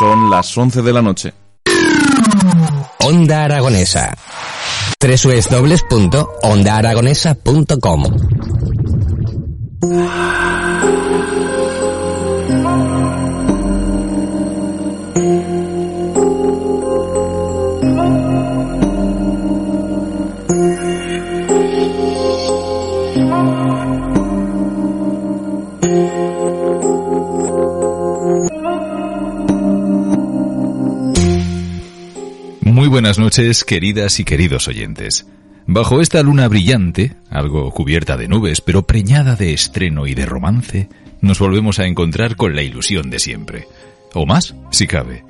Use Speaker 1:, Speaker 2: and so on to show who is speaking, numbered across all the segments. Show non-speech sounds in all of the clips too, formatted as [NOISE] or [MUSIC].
Speaker 1: Son las 11 de la noche.
Speaker 2: Onda Aragonesa. www.ondaaragonesa.com
Speaker 1: Muy buenas noches, queridas y queridos oyentes. Bajo esta luna brillante, algo cubierta de nubes, pero preñada de estreno y de romance, nos volvemos a encontrar con la ilusión de siempre. O más, si cabe.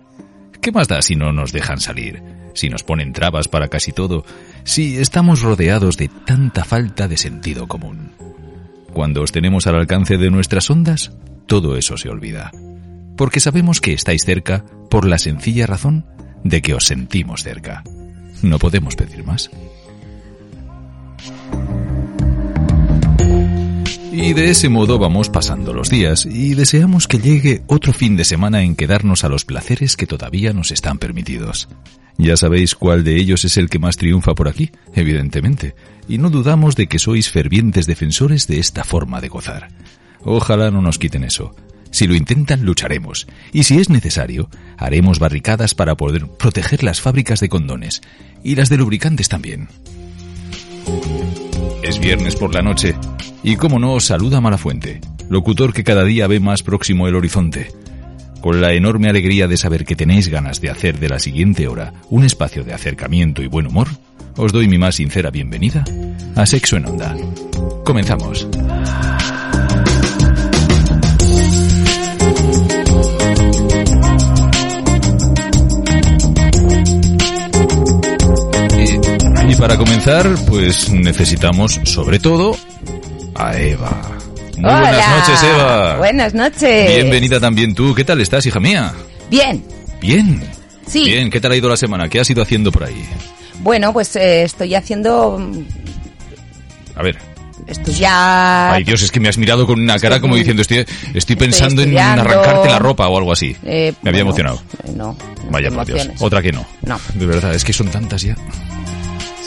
Speaker 1: ¿Qué más da si no nos dejan salir? Si nos ponen trabas para casi todo, si estamos rodeados de tanta falta de sentido común. Cuando os tenemos al alcance de nuestras ondas, todo eso se olvida. Porque sabemos que estáis cerca por la sencilla razón de que os sentimos cerca. No podemos pedir más. Y de ese modo vamos pasando los días y deseamos que llegue otro fin de semana en quedarnos a los placeres que todavía nos están permitidos. Ya sabéis cuál de ellos es el que más triunfa por aquí, evidentemente, y no dudamos de que sois fervientes defensores de esta forma de gozar. Ojalá no nos quiten eso. Si lo intentan, lucharemos. Y si es necesario, haremos barricadas para poder proteger las fábricas de condones y las de lubricantes también. Es viernes por la noche. Y como no, os saluda Malafuente, locutor que cada día ve más próximo el horizonte. Con la enorme alegría de saber que tenéis ganas de hacer de la siguiente hora un espacio de acercamiento y buen humor, os doy mi más sincera bienvenida a Sexo en Onda. Comenzamos. Y para comenzar, pues necesitamos sobre todo a Eva. Muy buenas
Speaker 3: Hola.
Speaker 1: noches, Eva.
Speaker 3: Buenas noches.
Speaker 1: Bienvenida también tú. ¿Qué tal estás, hija mía?
Speaker 3: Bien,
Speaker 1: Bien.
Speaker 3: sí.
Speaker 1: Bien, ¿qué tal ha ido la semana? ¿Qué has ido haciendo por ahí?
Speaker 3: Bueno, pues eh, estoy haciendo. mm,
Speaker 1: A ver.
Speaker 3: Estudiar.
Speaker 1: Ay, Dios, es que me has mirado con una cara como diciendo estoy, estoy pensando en
Speaker 3: estudiando.
Speaker 1: arrancarte la ropa o algo así.
Speaker 3: eh,
Speaker 1: me había
Speaker 3: bueno,
Speaker 1: emocionado.
Speaker 3: eh, no. no
Speaker 1: Vaya
Speaker 3: te
Speaker 1: por Dios.
Speaker 3: emociones.
Speaker 1: Otra que no.
Speaker 3: No.
Speaker 1: De verdad, es que son tantas ya.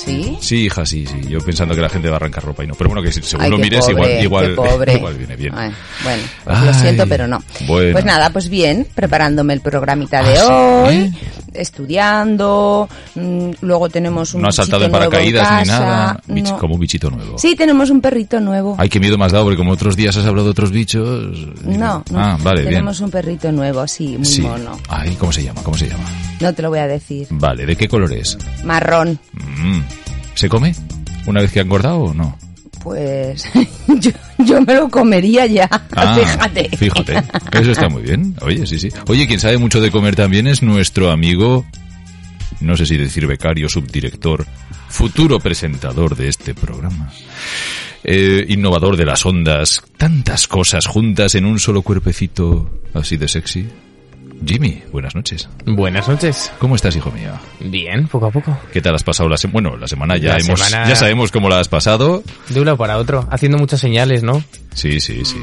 Speaker 3: ¿Sí?
Speaker 1: Sí, hija, sí, sí. Yo pensando que la gente va a arrancar ropa y no. Pero bueno, que si- según
Speaker 3: Ay,
Speaker 1: lo
Speaker 3: qué
Speaker 1: mires,
Speaker 3: pobre, qué
Speaker 1: igual, igual,
Speaker 3: pobre.
Speaker 1: [LAUGHS] igual viene bien.
Speaker 3: Ay, bueno, pues lo
Speaker 1: Ay,
Speaker 3: siento, pero no.
Speaker 1: bueno.
Speaker 3: Pues nada, pues bien, preparándome el programita de
Speaker 1: Ah, ¿sí?
Speaker 3: hoy, estudiando, mm, luego tenemos un
Speaker 1: no has saltado en
Speaker 3: bichito nuevo en
Speaker 1: paracaídas ni
Speaker 3: casa,
Speaker 1: nada. Bich-
Speaker 3: no.
Speaker 1: Como un bichito nuevo.
Speaker 3: Sí, tenemos un perrito nuevo.
Speaker 1: Ay, qué miedo más dado, porque como otros días has hablado de otros bichos. digo,
Speaker 3: No, no.
Speaker 1: Ah, vale, bien.
Speaker 3: Tenemos un perrito nuevo, sí, muy
Speaker 1: Sí.
Speaker 3: mono.
Speaker 1: Ay, ¿cómo se llama? ¿Cómo se llama?
Speaker 3: No te lo voy a decir.
Speaker 1: Vale, ¿de qué color es?
Speaker 3: Marrón,
Speaker 1: Mm. ¿Se come? ¿Una vez que ha engordado o no?
Speaker 3: pues [LAUGHS] yo, yo me lo comería ya,
Speaker 1: Ah,
Speaker 3: [LAUGHS] [LAUGHS] fíjate.
Speaker 1: Fíjate. Eso está muy bien. Oye, sí, sí. Oye, quien sabe mucho de comer también es nuestro amigo, no sé si decir becario, subdirector, futuro presentador de este programa. Eh, innovador de las ondas, tantas cosas juntas en un solo cuerpecito así de sexy. Jimmy, buenas noches.
Speaker 4: Buenas noches.
Speaker 1: ¿Cómo estás, hijo mío?
Speaker 4: Bien, poco a poco.
Speaker 1: ¿Qué tal has pasado la semana? Bueno, la semana ya
Speaker 4: La
Speaker 1: hemos,
Speaker 4: semana-
Speaker 1: ya sabemos cómo la has pasado.
Speaker 4: De un lado para otro, haciendo muchas señales, ¿no?
Speaker 1: Sí, sí, sí.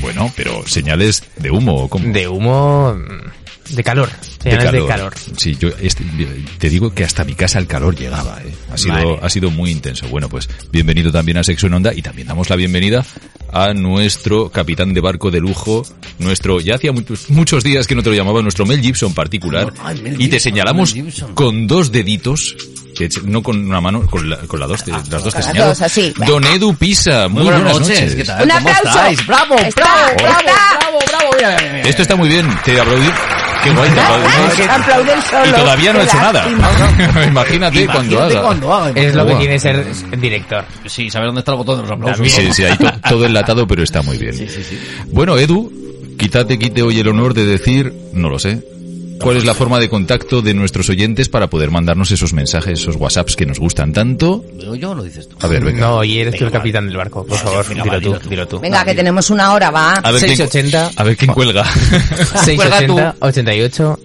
Speaker 1: Bueno, pero señales de humo, ¿cómo?
Speaker 4: De humo, mm, de calor. Señales de calor.
Speaker 1: Sí, yo este- te digo que hasta mi casa el calor llegaba. ¿eh? Ha, sido,
Speaker 4: Vale.
Speaker 1: ha sido muy intenso. Bueno, pues bienvenido también a Sexo en Onda y también damos la bienvenida a nuestro capitán de barco de lujo, nuestro, ya hacía muchos, muchos días que no te lo llamaba, nuestro Mel Gibson particular.
Speaker 5: Ay, Mel
Speaker 1: y te
Speaker 5: Gibson,
Speaker 1: señalamos
Speaker 5: Mel Gibson.
Speaker 1: con dos deditos. que es- No con una mano, con, la- con la dos, te- las dos te
Speaker 3: Con las
Speaker 1: señalo.
Speaker 3: dos, así.
Speaker 1: Don Edu Pisa, muy buenas, noches.
Speaker 5: ¿qué tal?
Speaker 3: Un
Speaker 5: ¿Cómo
Speaker 3: aplauso.
Speaker 5: estáis? ¡Bravo,
Speaker 3: Está,
Speaker 5: bravo,
Speaker 3: está.
Speaker 5: bravo, bravo, bravo! Mira, mira, mira.
Speaker 1: Esto está muy bien, te aplaudí. Qué guay, te aplaudimos.
Speaker 3: Se aplauden solo.
Speaker 1: Y todavía no he
Speaker 3: Qué
Speaker 1: hecho nada.
Speaker 3: lástima.
Speaker 1: [LAUGHS] Imagínate cuando
Speaker 5: Imagínate
Speaker 1: haga.
Speaker 5: cuando haga.
Speaker 4: Es lo que
Speaker 1: Guau.
Speaker 4: tiene ser director.
Speaker 5: Sí, saber dónde está el botón de los aplausos.
Speaker 1: Sí, sí, ahí to- todo enlatado, pero está muy bien. Bueno, Edu, Quizá te quite hoy el honor de decir, no lo sé, cuál es la forma de contacto de nuestros oyentes para poder mandarnos esos mensajes, esos WhatsApps que nos gustan tanto.
Speaker 6: ¿Digo yo o lo dices tú?
Speaker 1: A ver, venga.
Speaker 4: No, y eres tú el capitán del barco. Por favor,
Speaker 6: venga,
Speaker 4: dilo
Speaker 6: va,
Speaker 4: tú,
Speaker 6: dilo tú.
Speaker 4: dilo tú.
Speaker 3: Venga, que tenemos una hora, va.
Speaker 1: A ver, quién,
Speaker 4: 680,
Speaker 1: a ver quién
Speaker 4: [LAUGHS]
Speaker 1: cuelga.
Speaker 4: 680, 88,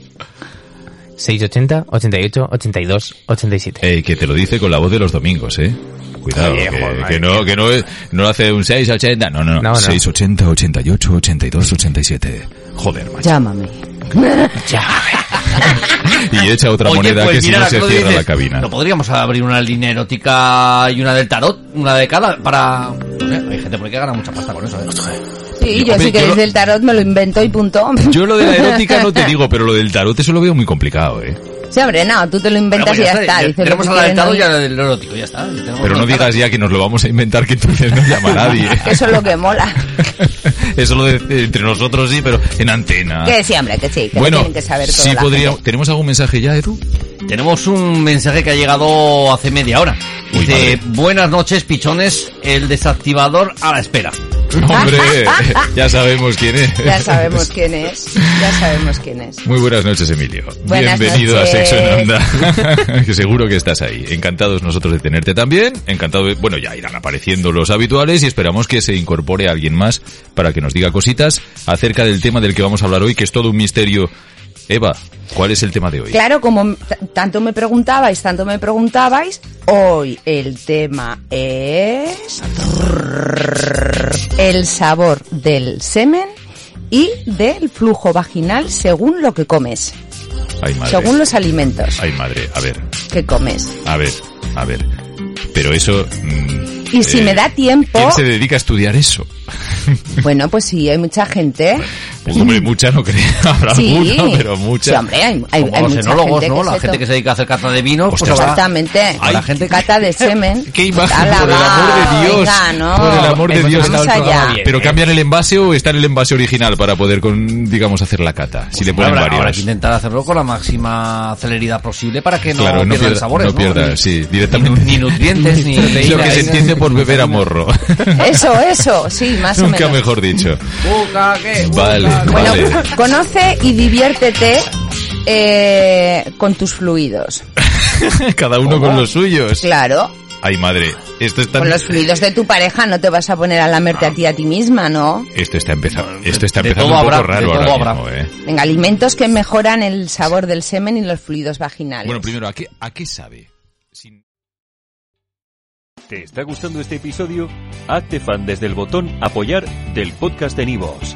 Speaker 4: 680, 88, 82, 87.
Speaker 1: Eh, que te lo dice con la voz de los domingos, ¿eh? Cuidado, que,
Speaker 4: Oye, joder,
Speaker 1: que no, que no, es- no hace un 680, no, no,
Speaker 4: No,
Speaker 1: no.
Speaker 4: no.
Speaker 1: 680, 88, 82, 87. Joder, macho.
Speaker 3: Llámame.
Speaker 1: Y echa otra moneda
Speaker 6: pues
Speaker 1: que si
Speaker 6: mira,
Speaker 1: no
Speaker 6: la que
Speaker 1: se
Speaker 6: lo
Speaker 1: cierra
Speaker 6: dices,
Speaker 1: la cabina.
Speaker 6: No podríamos abrir una línea erótica y una del tarot, una de cada, para... no sé, hay gente por ahí que gana mucha pasta con eso, ¿eh?
Speaker 3: Sí, yo
Speaker 1: Hombre,
Speaker 3: si
Speaker 1: yo
Speaker 3: queréis
Speaker 1: lo-
Speaker 3: del tarot me lo invento y punto.
Speaker 1: Yo lo de la erótica no
Speaker 3: [LAUGHS]
Speaker 1: te digo, pero lo del tarot eso lo veo muy complicado, ¿eh?
Speaker 3: Sí, hombre, no, tú te lo
Speaker 6: Bueno,
Speaker 3: inventas
Speaker 6: pues ya
Speaker 3: y ya está.
Speaker 6: ya
Speaker 3: dices
Speaker 6: tenemos
Speaker 3: lo
Speaker 6: a
Speaker 3: que
Speaker 6: la
Speaker 3: quieres,
Speaker 6: del tarot y
Speaker 3: no-
Speaker 6: a la del erótico, ya está. ya tenemos
Speaker 1: Pero no
Speaker 6: dos
Speaker 1: digas
Speaker 6: caras.
Speaker 1: ya que nos lo vamos a inventar, que entonces no llama a
Speaker 3: [LAUGHS]
Speaker 1: nadie.
Speaker 3: que Eso es lo que mola.
Speaker 1: [LAUGHS] Eso lo de eh, entre nosotros sí, pero en antena.
Speaker 3: Que sí, hombre, que sí, que lo
Speaker 1: Ah. Bueno,
Speaker 3: tienen que saber todo.
Speaker 1: sí podría... ¿Tenemos algún mensaje ya,
Speaker 3: [LAUGHS]
Speaker 1: Edu?
Speaker 6: Tenemos un mensaje que ha llegado hace media hora.
Speaker 1: Uy,
Speaker 6: Dice, buenas noches, pichones, el desactivador a la espera.
Speaker 1: Hombre, ya sabemos quién es.
Speaker 3: Ya sabemos quién es, ya sabemos quién es.
Speaker 1: Muy buenas noches, Emilio.
Speaker 3: Buenas
Speaker 1: Bienvenido
Speaker 3: noches.
Speaker 1: a Sexo en Onda.
Speaker 3: [LAUGHS]
Speaker 1: [LAUGHS] que seguro que estás ahí. Encantados nosotros de tenerte también. Encantado de, bueno, ya irán apareciendo los habituales y esperamos que se incorpore alguien más para que nos diga cositas acerca del tema del que vamos a hablar hoy, que es todo un misterio. Eva, ¿cuál es el tema de hoy?
Speaker 3: Claro, como t- tanto me preguntabais, tanto me preguntabais, hoy el tema es el sabor del semen y del flujo vaginal según lo que comes,
Speaker 1: Ay, madre.
Speaker 3: según los alimentos
Speaker 1: Ay, madre. A ver,
Speaker 3: que comes.
Speaker 1: a ver, a ver. Pero eso... mm,
Speaker 3: Y si
Speaker 1: eh,
Speaker 3: me da tiempo,
Speaker 1: ¿Quién se dedica a estudiar eso?
Speaker 3: bueno, pues sí, hay mucha gente. ¿eh?
Speaker 1: Pues,
Speaker 3: [LAUGHS]
Speaker 1: hombre, mucha no creo. [LAUGHS] Habrá
Speaker 3: sí,
Speaker 6: [LAUGHS]
Speaker 1: alguna, pero mucha.
Speaker 3: Sí, hombre, hay, hay-
Speaker 6: Como
Speaker 3: hay
Speaker 6: los
Speaker 3: mucha
Speaker 6: enólogos,
Speaker 3: gente
Speaker 6: ¿no?
Speaker 3: que
Speaker 6: la
Speaker 3: se
Speaker 6: gente
Speaker 3: to-
Speaker 6: que se dedica a hacer cata de vinos, pues
Speaker 1: Ostras,
Speaker 6: habrá-
Speaker 3: Exactamente.
Speaker 6: Ay, la gente-
Speaker 3: Cata
Speaker 6: [LAUGHS]
Speaker 3: de semen.
Speaker 1: ¿Qué imagen?
Speaker 3: Ala,
Speaker 1: por el amor
Speaker 3: va,
Speaker 1: de Dios.
Speaker 3: venga, no.
Speaker 1: Por el amor de
Speaker 4: Hemos
Speaker 1: Dios.
Speaker 3: empezado el Vamos programa allá. bien,
Speaker 1: Pero cambian el envase o está en el envase original para poder, con, digamos, hacer la cata. si le ponen
Speaker 6: habrá, habrá que
Speaker 1: varios.
Speaker 6: intentar hacerlo con la máxima celeridad posible para que no
Speaker 1: Claro, no
Speaker 6: pierdan
Speaker 1: pierda,
Speaker 6: sabores,
Speaker 1: no pierda,
Speaker 6: Ni-
Speaker 1: sí,
Speaker 6: ni,
Speaker 1: directamente.
Speaker 6: ni nutrientes, ni
Speaker 1: Es [LAUGHS] lo que se
Speaker 6: proteínas.
Speaker 1: entiende por beber a morro.
Speaker 3: Eso, eso, sí, más
Speaker 1: [LAUGHS]
Speaker 3: o
Speaker 1: Nunca
Speaker 3: menos.
Speaker 1: mejor dicho.
Speaker 6: Buca, ¿qué? Buca,
Speaker 1: Vale,
Speaker 6: ¿qué?
Speaker 3: Bueno,
Speaker 1: vale.
Speaker 3: conoce y diviértete eh, con tus fluidos.
Speaker 1: [LAUGHS] Cada uno con los suyos.
Speaker 3: Claro,
Speaker 1: Ay, madre. Esto está,
Speaker 3: con los fluidos de tu pareja no te vas a poner a lamerte a ti a ti misma, ¿no?
Speaker 1: esto está empezando, esto está
Speaker 6: De
Speaker 1: empezando
Speaker 6: todo
Speaker 1: un poco
Speaker 6: habrá, de
Speaker 1: raro
Speaker 6: todo
Speaker 1: ahora
Speaker 6: habrá.
Speaker 1: mismo, eh.
Speaker 3: Venga, alimentos que mejoran el sabor del semen y los fluidos vaginales.
Speaker 1: Bueno, primero, ¿a qué, a qué sabe? Sin-
Speaker 7: ¿Te está gustando este episodio? Hazte fan desde el botón Apoyar del podcast de Nivos.